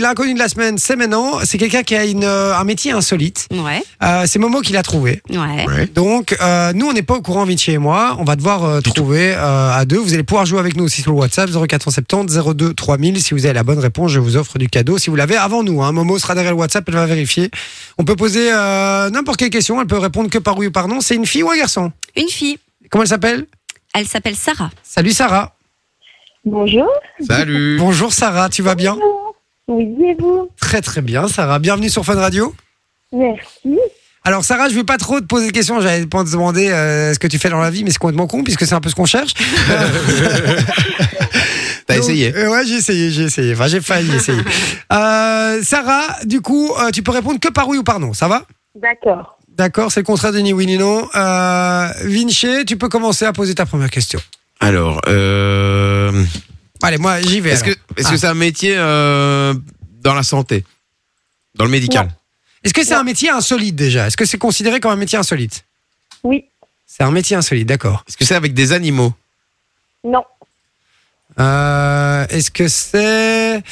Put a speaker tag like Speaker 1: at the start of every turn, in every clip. Speaker 1: L'inconnu de la semaine, c'est maintenant. C'est quelqu'un qui a une, euh, un métier insolite.
Speaker 2: Ouais,
Speaker 1: Euh, c'est Momo qui l'a trouvé.
Speaker 2: ouais.
Speaker 1: Donc, euh, nous, on n'est pas au courant, Vinci et moi. On va devoir euh, trouver euh, à deux. Vous allez pouvoir jouer avec nous aussi sur le WhatsApp 0470 02 3000. Si vous avez la bonne réponse, je vous offre du cadeau. Si vous l'avez avant nous, hein, Momo sera derrière le WhatsApp, elle va vérifier. On peut poser euh, n'importe quelle question. Elle peut répondre que par oui ou par non. C'est une fille ou un garçon
Speaker 2: Une fille,
Speaker 1: Comment elle s'appelle
Speaker 2: elle s'appelle Sarah.
Speaker 1: Salut Sarah.
Speaker 3: Bonjour.
Speaker 4: Salut.
Speaker 1: Bonjour Sarah, tu vas bien
Speaker 3: Oui, et vous
Speaker 1: Très très bien Sarah. Bienvenue sur Fun Radio.
Speaker 3: Merci.
Speaker 1: Alors Sarah, je vais pas trop te poser de questions. J'allais pas te demander euh, ce que tu fais dans la vie, mais c'est complètement con puisque c'est un peu ce qu'on cherche.
Speaker 4: T'as
Speaker 1: Donc,
Speaker 4: essayé.
Speaker 1: euh, Ouais, j'ai essayé, j'ai essayé. Enfin, j'ai failli essayer. Euh, Sarah, du coup, euh, tu peux répondre que par oui ou par non. Ça va
Speaker 3: D'accord.
Speaker 1: D'accord, c'est le contraire de ni oui ni non. Euh, Vinci, tu peux commencer à poser ta première question.
Speaker 4: Alors, euh,
Speaker 1: Allez, moi j'y vais.
Speaker 4: est-ce que
Speaker 1: alors.
Speaker 4: est-ce
Speaker 1: Ah.
Speaker 4: que c'est un métier euh, dans la santé, dans le médical
Speaker 1: Est-ce que c'est un métier insolite déjà Est-ce que c'est considéré comme un métier insolite
Speaker 3: Oui.
Speaker 1: C'est un métier insolite, d'accord.
Speaker 4: Est-ce que c'est avec des animaux
Speaker 3: Non.
Speaker 1: Euh, Est-ce que c'est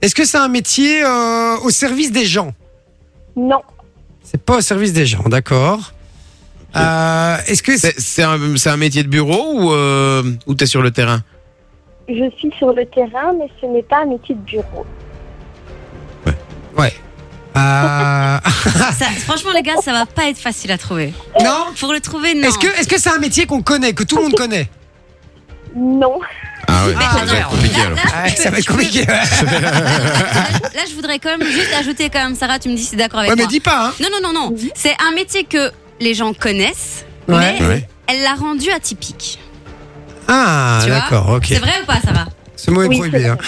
Speaker 1: Est-ce que c'est un métier euh, au service des gens
Speaker 3: Non.
Speaker 1: C'est pas au service des gens, d'accord. Euh, Est-ce que c'est
Speaker 4: C'est c'est un, c'est un métier de bureau ou euh, ou t'es sur le terrain
Speaker 3: Je suis sur le terrain, mais ce n'est pas un métier de bureau.
Speaker 1: ouais Euh,
Speaker 2: Ça- franchement, les gars, ça va pas être facile à trouver.
Speaker 1: non
Speaker 2: Pour le trouver, non.
Speaker 1: Est-ce que est-ce que c'est un métier qu'on connaît, que tout le monde connaît
Speaker 3: Non.
Speaker 4: Ah ouais,
Speaker 2: Ah,
Speaker 4: ça va être
Speaker 2: non.
Speaker 4: compliqué
Speaker 2: Là,
Speaker 4: alors.
Speaker 2: là,
Speaker 1: Ah,
Speaker 2: je peux-
Speaker 1: Ça va être compliqué. Ouais,
Speaker 2: Là, je voudrais quand même juste ajouter, quand même, Sarah, tu me dis si t'es d'accord avec
Speaker 1: mais
Speaker 2: moi.
Speaker 1: dis pas. Hein.
Speaker 2: Non, non, non, non. C'est un métier que les gens connaissent,
Speaker 1: Ouais.
Speaker 2: mais
Speaker 4: Ouais.
Speaker 2: elle l'a rendu atypique.
Speaker 1: Ah
Speaker 2: Tu vois
Speaker 1: d'accord, ok.
Speaker 2: C'est vrai ou pas, Sarah
Speaker 1: Ce mot est
Speaker 3: Oui,
Speaker 1: prohibé.
Speaker 3: c'est
Speaker 1: hein.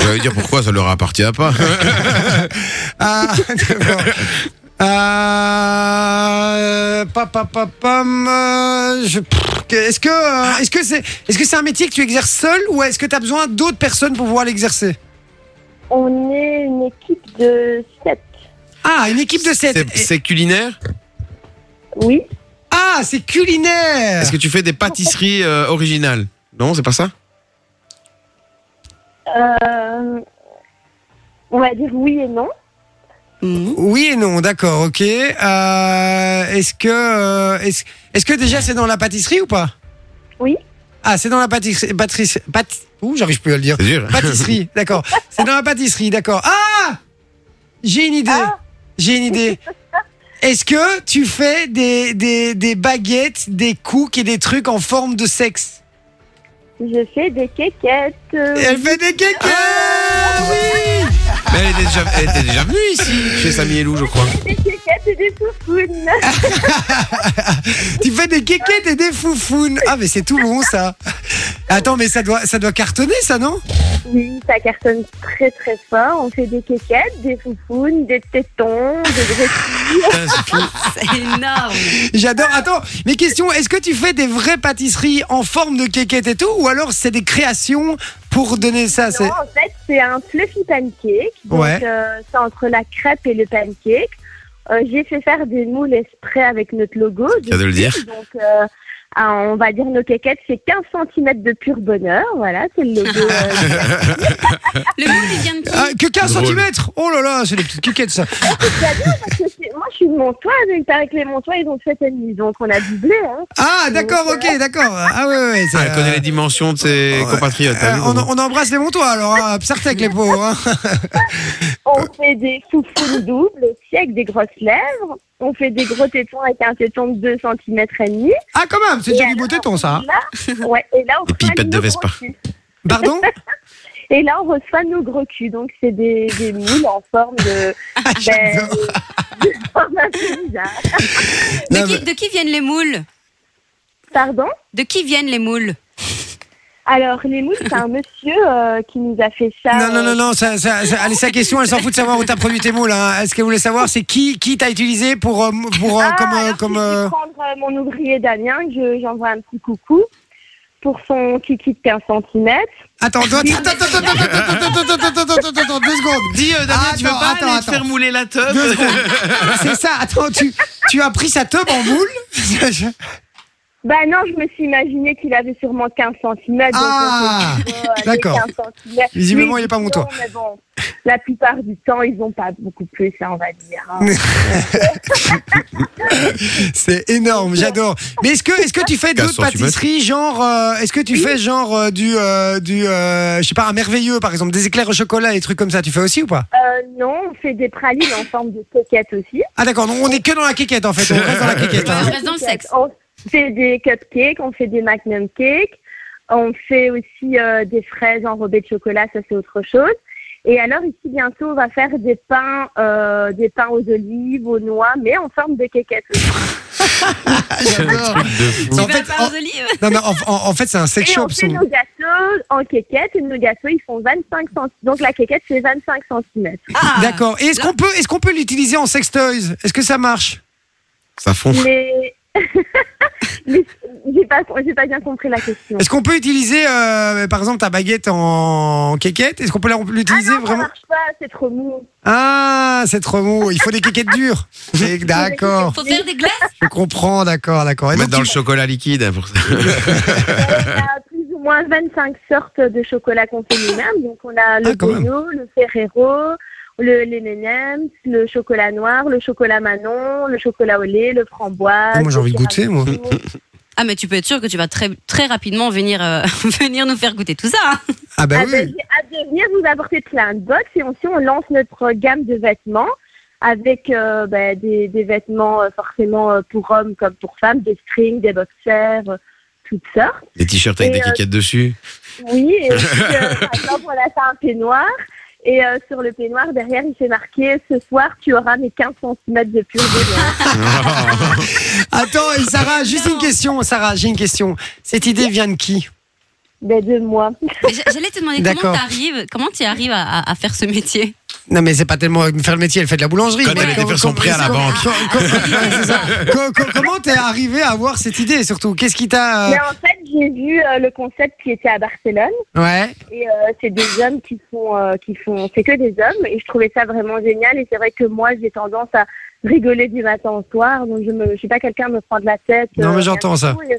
Speaker 4: J'allais dire pourquoi ça leur appartient pas.
Speaker 1: Ah d'accord. Euh, pa, pa, pa, pam, euh, je- pff, Est-ce que euh, est-ce que c'est est-ce que c'est un métier que tu exerces seul ou est-ce que tu as besoin d'autres personnes pour pouvoir l'exercer
Speaker 3: On est une équipe de 7.
Speaker 1: Ah, une équipe de 7.
Speaker 4: C'est- C'est culinaire
Speaker 3: Oui.
Speaker 1: Ah, c'est culinaire.
Speaker 4: Est-ce que tu fais des pâtisseries euh, originales Non, c'est pas ça
Speaker 3: Euh, on va dire oui et non.
Speaker 2: Mhm.
Speaker 1: Oui et non, d'accord, ok. Euh, est-ce que euh, est-ce est-ce que déjà c'est dans la pâtisserie ou pas
Speaker 3: Oui.
Speaker 1: Ah, c'est dans la pâtisserie, pâtisserie, pâtisserie. Ouh, j'arrive plus à le dire.
Speaker 4: C'est dur.
Speaker 1: Pâtisserie, d'accord. C'est dans la pâtisserie, d'accord. Ah, j'ai une idée.
Speaker 3: Ah.
Speaker 1: J'ai une idée. Est-ce que tu fais des, des, des baguettes, des cookies et des trucs en forme de sexe
Speaker 3: Je fais des quéquettes. euh,
Speaker 1: Elle fait des cakes oui
Speaker 4: Mais elle était déjà, elle était déjà venue ici chez Samy et Lou, je crois.
Speaker 3: Des quéquettes et des foufounes.
Speaker 1: Tu fais des quéquettes et des foufounes. Ah, mais c'est tout bon, ça. Attends, mais ça doit, ça doit cartonner, ça, non
Speaker 3: Oui, ça cartonne très très fort. On fait des quéquettes, des foufounes, des tétons, des gros...
Speaker 4: Putain, c'est fou.
Speaker 2: C'est énorme.
Speaker 1: J'adore. Attends, mes questions. Est-ce que tu fais des vraies pâtisseries en forme de quéquettes et tout Ou alors c'est des créations pour donner ça c'est...
Speaker 3: Non, en fait, c'est un fluffy pancake. Donc,
Speaker 1: Ouais.
Speaker 3: euh, c'est entre la crêpe et le pancake. Euh, J'ai fait faire des moules exprès avec notre logo.
Speaker 4: C'est le cas de le dire.
Speaker 3: Donc, euh, ah, on va dire nos quéquettes, c'est 15 cm de pur bonheur. Voilà, c'est le logo. euh,
Speaker 2: Le monde, il vient de qui
Speaker 1: Ah, que 15
Speaker 4: Drôle.
Speaker 1: cm Oh là là, c'est des petites quéquettes, ça.
Speaker 3: parce que c'est- Moi, je suis de Montois, mais il paraît que les Montois, ils ont fait une mise. Donc, on a doublé. Hein.
Speaker 1: Ah, d'accord, ok, d'accord. Ah, ouais, ouais, ouais. c'est,
Speaker 4: Ah, elle connaît les dimensions de ses
Speaker 1: Ouais.
Speaker 4: compatriotes.
Speaker 1: euh,
Speaker 4: t'as vu,
Speaker 1: on,
Speaker 4: comment
Speaker 1: on embrasse les montois, alors. Hein. Psartec, les pauvres. hein.
Speaker 3: On fait des foufounes doubles aussi avec des grosses lèvres. On fait des gros tétons avec un téton de 2 cm et demi.
Speaker 1: Ah, quand même, c'est déjà du beau téton, ça. hein.
Speaker 3: Là, ouais, et là, on
Speaker 4: Des
Speaker 3: fera
Speaker 4: pipettes de
Speaker 3: nos
Speaker 4: Vespa.
Speaker 3: gros culs.
Speaker 1: Pardon
Speaker 3: Et là, on reçoit nos gros culs. Donc, c'est des, des moules en forme de.
Speaker 1: Ah,
Speaker 3: ben, de forme un peu bizarre.
Speaker 2: de
Speaker 1: Non,
Speaker 2: qui,
Speaker 1: mais-
Speaker 2: de qui viennent les moules
Speaker 3: Pardon
Speaker 2: De qui viennent les moules
Speaker 3: Alors, les moules, c'est un monsieur euh, qui nous a fait ça.
Speaker 1: Non, non, non, non, ça, ça- ça- allez, sa question, elle s'en fout de savoir où t'as produit tes moules. Hein. Elle, Ce qu'elle voulait savoir, c'est qui, qui t'a utilisé pour, euh, pour euh,
Speaker 3: Ah,
Speaker 1: comme, euh,
Speaker 3: alors,
Speaker 1: comme,
Speaker 3: j'ai dû
Speaker 1: euh,
Speaker 3: prendre euh, mon ouvrier Damien, que je- j'envoie un petit coucou pour son kiki de 15 cm.
Speaker 1: Attends, attends, attends, attends, attends, attends, attends, attends, attends, attends, attends, attends, deux secondes.
Speaker 4: Dis, euh, Damien, tu veux
Speaker 1: Attends,
Speaker 4: pas
Speaker 1: Ah attends,
Speaker 4: aller
Speaker 1: attends.
Speaker 4: te faire mouler la teub
Speaker 1: Deux secondes. C'est ça, attends, tu, tu as pris sa teub en boule
Speaker 3: Bah non, je me suis imaginé qu'il avait sûrement 15 cm.
Speaker 1: Ah
Speaker 3: oh,
Speaker 1: D'accord. Visiblement, il est pas mon toit.
Speaker 3: Mais bon, la plupart du temps, ils n'ont pas beaucoup plus, ça, on va dire. hein.
Speaker 1: C'est énorme, j'adore. Mais est-ce que, est-ce que tu fais d'autres
Speaker 4: 15 centimètres.
Speaker 1: pâtisseries, genre, euh, est-ce que tu fais genre euh, du, euh, du euh, je sais pas, un merveilleux, par exemple, des éclairs au chocolat, des trucs comme ça, tu fais aussi ou pas
Speaker 3: Euh, non, on fait des pralines en forme de coquette aussi.
Speaker 1: Ah d'accord, non, on est que dans la quiquette en fait, on reste dans la quiquette. hein.
Speaker 2: Ouais, on Ah, reste dans le sexe.
Speaker 3: On fait des cupcakes, on fait des magnum cakes, on fait aussi euh, des fraises enrobées de chocolat, ça c'est autre chose. Et alors ici bientôt on va faire des pains, euh, des pains aux olives, aux noix, mais en forme de quéquette. aussi.
Speaker 1: J'adore.
Speaker 4: De fou.
Speaker 1: En
Speaker 2: Tu vas
Speaker 1: fait,
Speaker 2: pas aux olives
Speaker 1: Non, mais en, en- en fait, c'est un sex
Speaker 3: Et
Speaker 1: shop.
Speaker 3: on fait
Speaker 1: son-
Speaker 3: nos gâteaux en quéquette et nos gâteaux ils font 25 cm. Donc la quéquette c'est 25 cm.
Speaker 2: Ah.
Speaker 1: D'accord. Et est-ce qu'on peut, est-ce qu'on peut l'utiliser en sex toys Est-ce que ça marche
Speaker 4: Ça fond.
Speaker 3: Mais, mais j'ai pas, j'ai pas bien compris la question.
Speaker 1: Est-ce qu'on peut utiliser, euh, par exemple, ta baguette en quéquette Est-ce qu'on peut la- l'utiliser
Speaker 3: Ça
Speaker 1: vraiment
Speaker 3: marche pas, c'est trop mou.
Speaker 1: Ah, c'est trop mou. Il faut des quéquettes dures. Et- D'accord.
Speaker 2: Faut faire des glaces
Speaker 1: Je comprends. D'accord, d'accord. Et donc,
Speaker 4: Mettre
Speaker 1: tu-
Speaker 4: dans le chocolat liquide hein, pour ça.
Speaker 3: On a plus ou moins 25 sortes de chocolat qu'on fait nous-mêmes. Donc, on a le
Speaker 1: Ah, quand même.
Speaker 3: Bono, le Ferrero, le, les M&M's, le chocolat noir, le chocolat Manon, le chocolat au lait, le framboise.
Speaker 1: Ah, moi, j'ai envie de
Speaker 3: le
Speaker 1: goûter, moi.
Speaker 3: tiramisu.
Speaker 2: Ah, mais tu peux être sûr que tu vas très, très rapidement venir, euh, venir nous faire goûter tout ça. hein.
Speaker 1: Ah bah
Speaker 3: à,
Speaker 1: oui.
Speaker 3: devenir, à devenir, vous apportez plein de box et ensuite, on lance notre gamme de vêtements avec euh, ben, des, des vêtements euh, forcément euh, pour hommes comme pour femmes, des strings, des boxers, euh, toutes sortes.
Speaker 4: Des t-shirts avec
Speaker 3: Et,
Speaker 4: des
Speaker 3: euh,
Speaker 4: quéquettes dessus.
Speaker 3: Oui, et puis, euh, par exemple, on a fait un peignoir. Et euh, sur le peignoir, derrière, il fait marqué Ce soir, tu auras mes 15 cm de pur de
Speaker 4: Oh,
Speaker 1: Attends, et Sarah, juste une question. Sarah, j'ai une question. Cette idée vient de qui
Speaker 3: ben, de moi.
Speaker 2: Mais j'a- J'allais te demander comment
Speaker 1: D'accord.
Speaker 2: t'arrives, comment tu arrives à, à- à faire ce métier.
Speaker 1: Non, mais c'est pas tellement faire le métier, elle fait de la boulangerie.
Speaker 4: Quand
Speaker 1: Mais
Speaker 4: elle était faire son
Speaker 1: com-
Speaker 4: prêt à la
Speaker 1: com-
Speaker 4: banque.
Speaker 1: com- com- ouais, c'est ça. Com- com- Comment t'es arrivé à avoir cette idée surtout Qu'est-ce qui t'a.
Speaker 3: Mais en fait, j'ai vu euh, le concept qui était à Barcelone.
Speaker 1: Ouais.
Speaker 3: Et euh, c'est des hommes qui font. euh, qui font c'est que des hommes. Et je trouvais ça vraiment génial. Et c'est vrai que moi, j'ai tendance à rigoler du matin au soir. Donc, je ne je suis pas quelqu'un de me prendre la tête.
Speaker 1: Non, mais
Speaker 3: euh,
Speaker 1: j'entends ça.
Speaker 3: Et,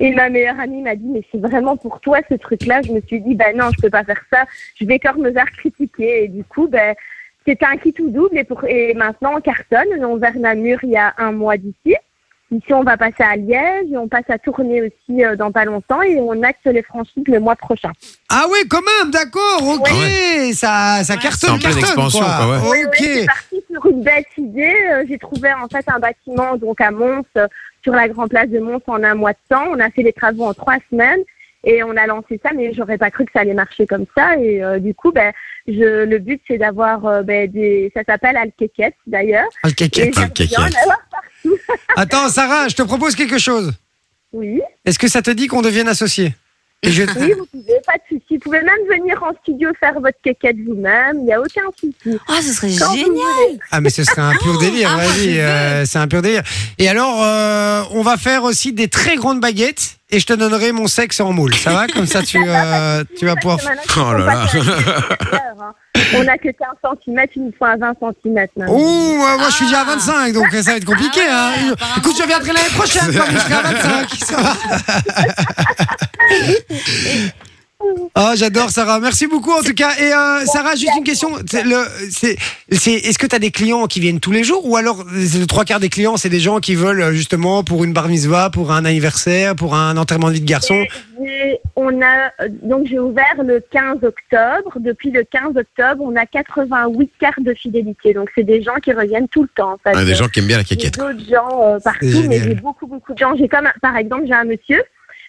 Speaker 3: et ma meilleure amie m'a dit, mais c'est vraiment pour toi ce truc-là. Je me suis dit, bah non, je peux pas faire ça. Je vais quand me faire critiquer. Et du coup, ben, c'était un kit tout double. Et, pour, et maintenant, on cartonne. On vers Namur il y a un mois d'ici. Ici, on va passer à Liège. Et on passe à Tournai aussi euh, dans pas longtemps. Et on acte les franchises le mois prochain.
Speaker 1: Ah ouais, quand même, d'accord, ok.
Speaker 4: Ah
Speaker 1: Ça, ça
Speaker 2: Ouais.
Speaker 1: cartonne.
Speaker 4: C'est en pleine
Speaker 1: cartonne,
Speaker 4: expansion, quoi,
Speaker 1: Ok.
Speaker 3: Oui, oui, c'est parti sur une bête idée. Euh, J'ai trouvé en fait un bâtiment donc à Mons, euh, sur la grande place de Mons en un mois de temps. On a fait les travaux en trois semaines et on a lancé ça, mais j'aurais pas cru que ça allait marcher comme ça. Et euh, du coup, ben, je, le but c'est d'avoir euh, ben, des. Ça s'appelle Alquéquette d'ailleurs.
Speaker 1: Ah, le
Speaker 3: Et
Speaker 1: kéké.
Speaker 3: j'aimerais
Speaker 4: Alquéquette.
Speaker 3: bien en avoir-
Speaker 1: Attends, Sarah, je te propose quelque chose.
Speaker 3: Oui,
Speaker 1: Est-ce que ça te dit qu'on devienne associés Et je-
Speaker 3: oui, vous pouvez, pas de souci. Vous pouvez même venir en studio faire votre quéquette vous-même. Il n'y a aucun souci.
Speaker 2: Ah, ce serait
Speaker 3: Quand vous
Speaker 2: génial.
Speaker 3: voulez.
Speaker 1: Ah mais ce serait un pur délire,
Speaker 2: Ah, moi, je
Speaker 1: vas-y,
Speaker 2: veux.
Speaker 1: euh, c'est un pur délire. Et alors, euh, on va faire aussi des très grandes baguettes et je te donnerai mon sexe en moule. Ça va Comme ça, tu, euh, tu vas pouvoir...
Speaker 3: Parce que maintenant,
Speaker 4: Oh là là.
Speaker 3: hein. On n'a que 15 cm, il nous faut un 20 cm.
Speaker 1: Ouh, moi, moi, je suis déjà à 25, donc euh, ça va être compliqué.
Speaker 2: Ah ouais,
Speaker 1: hein.
Speaker 2: apparemment.
Speaker 1: Écoute, je viendrai l'année prochaine quand je serai à 25. Ça va Ah, j'adore Sarah. Merci beaucoup en tout cas. Et euh, Sarah, juste une question. C'est le- c'est- c'est- Est-ce que tu as des clients qui viennent tous les jours ou alors c'est le trois quarts des clients, c'est des gens qui veulent euh, justement pour une bar mitzvah, pour un anniversaire, pour un enterrement de vie de garçon
Speaker 3: J'ai- On a euh, donc j'ai ouvert le 15 octobre. Depuis le 15 octobre, on a 88 cartes de fidélité. Donc c'est des gens qui reviennent tout le temps. En fait.
Speaker 4: Ah, des gens qui aiment bien la
Speaker 3: J'ai
Speaker 4: quéquette.
Speaker 3: d'autres gens euh, partout, mais
Speaker 1: génial.
Speaker 3: j'ai beaucoup beaucoup de gens. J'ai comme un- par exemple j'ai un monsieur.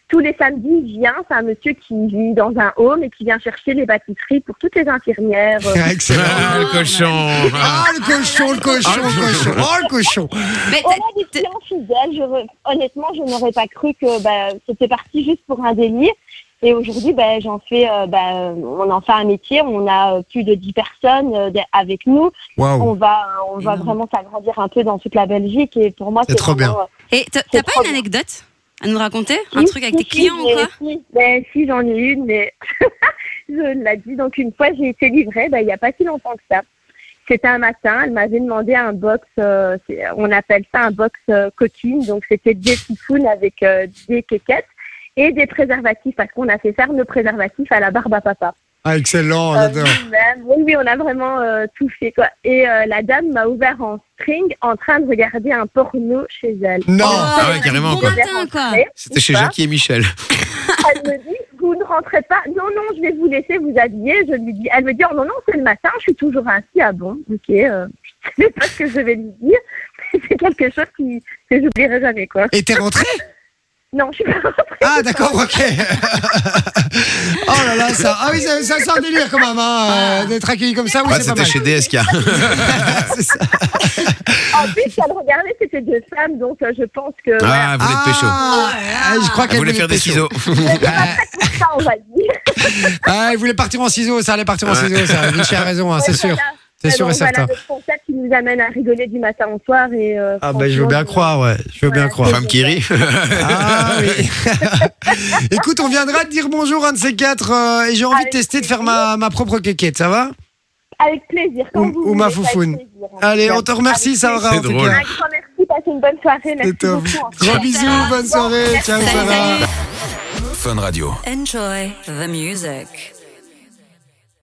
Speaker 3: Tous les samedis, il vient. C'est un monsieur qui vit dans un home et qui vient chercher les pâtisseries pour toutes les infirmières. euh,
Speaker 1: Excellent.
Speaker 4: Ah, le cochon.
Speaker 1: Ah, le cochon, le cochon, le cochon. Oh, le cochon.
Speaker 2: Mais
Speaker 3: On
Speaker 2: t'as-
Speaker 3: a des clients fidèles. Je re- Honnêtement, je n'aurais pas cru que bah, c'était parti juste pour un délire. Et aujourd'hui, bah, j'en fais, euh, bah, on en fait un métier. On a euh, plus de 10 personnes euh, d- avec nous.
Speaker 4: Oh.
Speaker 1: Waouh.
Speaker 3: On va, euh, on va
Speaker 2: Énorme.
Speaker 3: vraiment s'agrandir un peu dans toute la Belgique. Et pour moi,
Speaker 1: C'est
Speaker 3: c'est
Speaker 1: trop bien.
Speaker 3: vraiment, euh,
Speaker 2: et eh, t'as
Speaker 3: C'est
Speaker 2: t'as pas
Speaker 3: trop
Speaker 2: une
Speaker 3: bien.
Speaker 2: anecdote à nous raconter Un
Speaker 3: si,
Speaker 2: truc avec
Speaker 3: si,
Speaker 2: tes clients
Speaker 3: si,
Speaker 2: ou quoi
Speaker 3: mais si, ben, si, j'en ai une, mais je l'ai dit. Donc, une fois, j'ai été livrée, ben, il n'y a pas si longtemps que ça. C'était un matin, elle m'avait demandé un box, euh, c'est- on appelle ça un box euh, coquine, donc c'était des foufounes avec euh, des quéquettes et des préservatifs, parce qu'on a fait faire nos préservatifs à la barbe à papa.
Speaker 1: Ah, excellent,
Speaker 3: Euh,
Speaker 1: j'adore.
Speaker 3: nous-mêmes. oui, oui, on a vraiment euh, tout fait, quoi. Et euh, la dame m'a ouvert en string en train de regarder un porno chez elle.
Speaker 1: Non.
Speaker 4: Ah ouais, carrément,
Speaker 2: Bon
Speaker 4: quoi.
Speaker 2: Oh, matin, quoi.
Speaker 3: Et
Speaker 4: C'était chez Jackie et Michel.
Speaker 3: Elle me dit, vous ne rentrez pas. Non, non, je vais vous laisser vous habiller. Je lui dis, elle me dit, oh non, non, c'est le matin, je suis toujours ainsi. Ah bon, ok, euh, je sais pas ce que je vais lui dire. C'est quelque chose qui, que j'oublierai jamais, quoi.
Speaker 1: Et t'es rentré
Speaker 3: Non, je suis pas rentrée.
Speaker 1: Ah, d'accord, ok. oh là là, ça. Ah oui, ça, ça c'est un délire quand même, hein, euh, d'être accueilli comme ça. Oui,
Speaker 4: Ouais,
Speaker 1: c'est pas
Speaker 4: c'était
Speaker 1: mal.
Speaker 4: chez DSK.
Speaker 1: C'est ça.
Speaker 3: En plus, elle regardait, c'était deux femmes, donc euh, je pense que.
Speaker 4: Ah, vous êtes pécho.
Speaker 1: Ah,
Speaker 3: Oh
Speaker 1: ah, je crois
Speaker 4: Elle
Speaker 1: qu'elle
Speaker 4: voulait faire des
Speaker 1: pécho.
Speaker 4: ciseaux.
Speaker 1: Ah,
Speaker 3: voilà, ça, on va dire.
Speaker 1: ah, elle voulait partir en ciseaux, ça allait partir en
Speaker 4: Ouais.
Speaker 1: ciseaux, ça. Vinci a raison, hein, c'est
Speaker 3: Ouais,
Speaker 1: sûr.
Speaker 3: voilà.
Speaker 1: C'est
Speaker 3: Alors,
Speaker 1: sûr et certain.
Speaker 3: Voilà notre concept qui nous amène à rigoler du matin au soir. Et, euh,
Speaker 1: Ah, ben, je veux bien
Speaker 3: franchement,
Speaker 1: croire, ouais. Je veux bien
Speaker 3: Voilà.
Speaker 1: croire.
Speaker 4: Femme qui rit.
Speaker 1: Ah oui. Écoute, on viendra te dire bonjour un de ces quatre euh, et j'ai envie de
Speaker 3: Avec
Speaker 1: tester de faire ma, ma propre quéquette, ça va
Speaker 3: Avec plaisir. Quand
Speaker 1: Ou-
Speaker 3: vous
Speaker 1: ou ma
Speaker 3: voulez, avec
Speaker 1: foufoune.
Speaker 3: plaisir, en
Speaker 1: Allez,
Speaker 3: tout cas.
Speaker 1: on te remercie
Speaker 3: Avec
Speaker 1: Sarah.
Speaker 4: C'est
Speaker 1: en tout
Speaker 4: drôle.
Speaker 1: cas.
Speaker 3: Un grand merci, passez une bonne soirée. Merci
Speaker 1: C'est top.
Speaker 3: beaucoup.
Speaker 1: Gros bisous, bonne soirée. Ciao
Speaker 2: Salut,
Speaker 1: Sarah.
Speaker 2: salut.
Speaker 5: Fun Radio.
Speaker 6: Enjoy the music.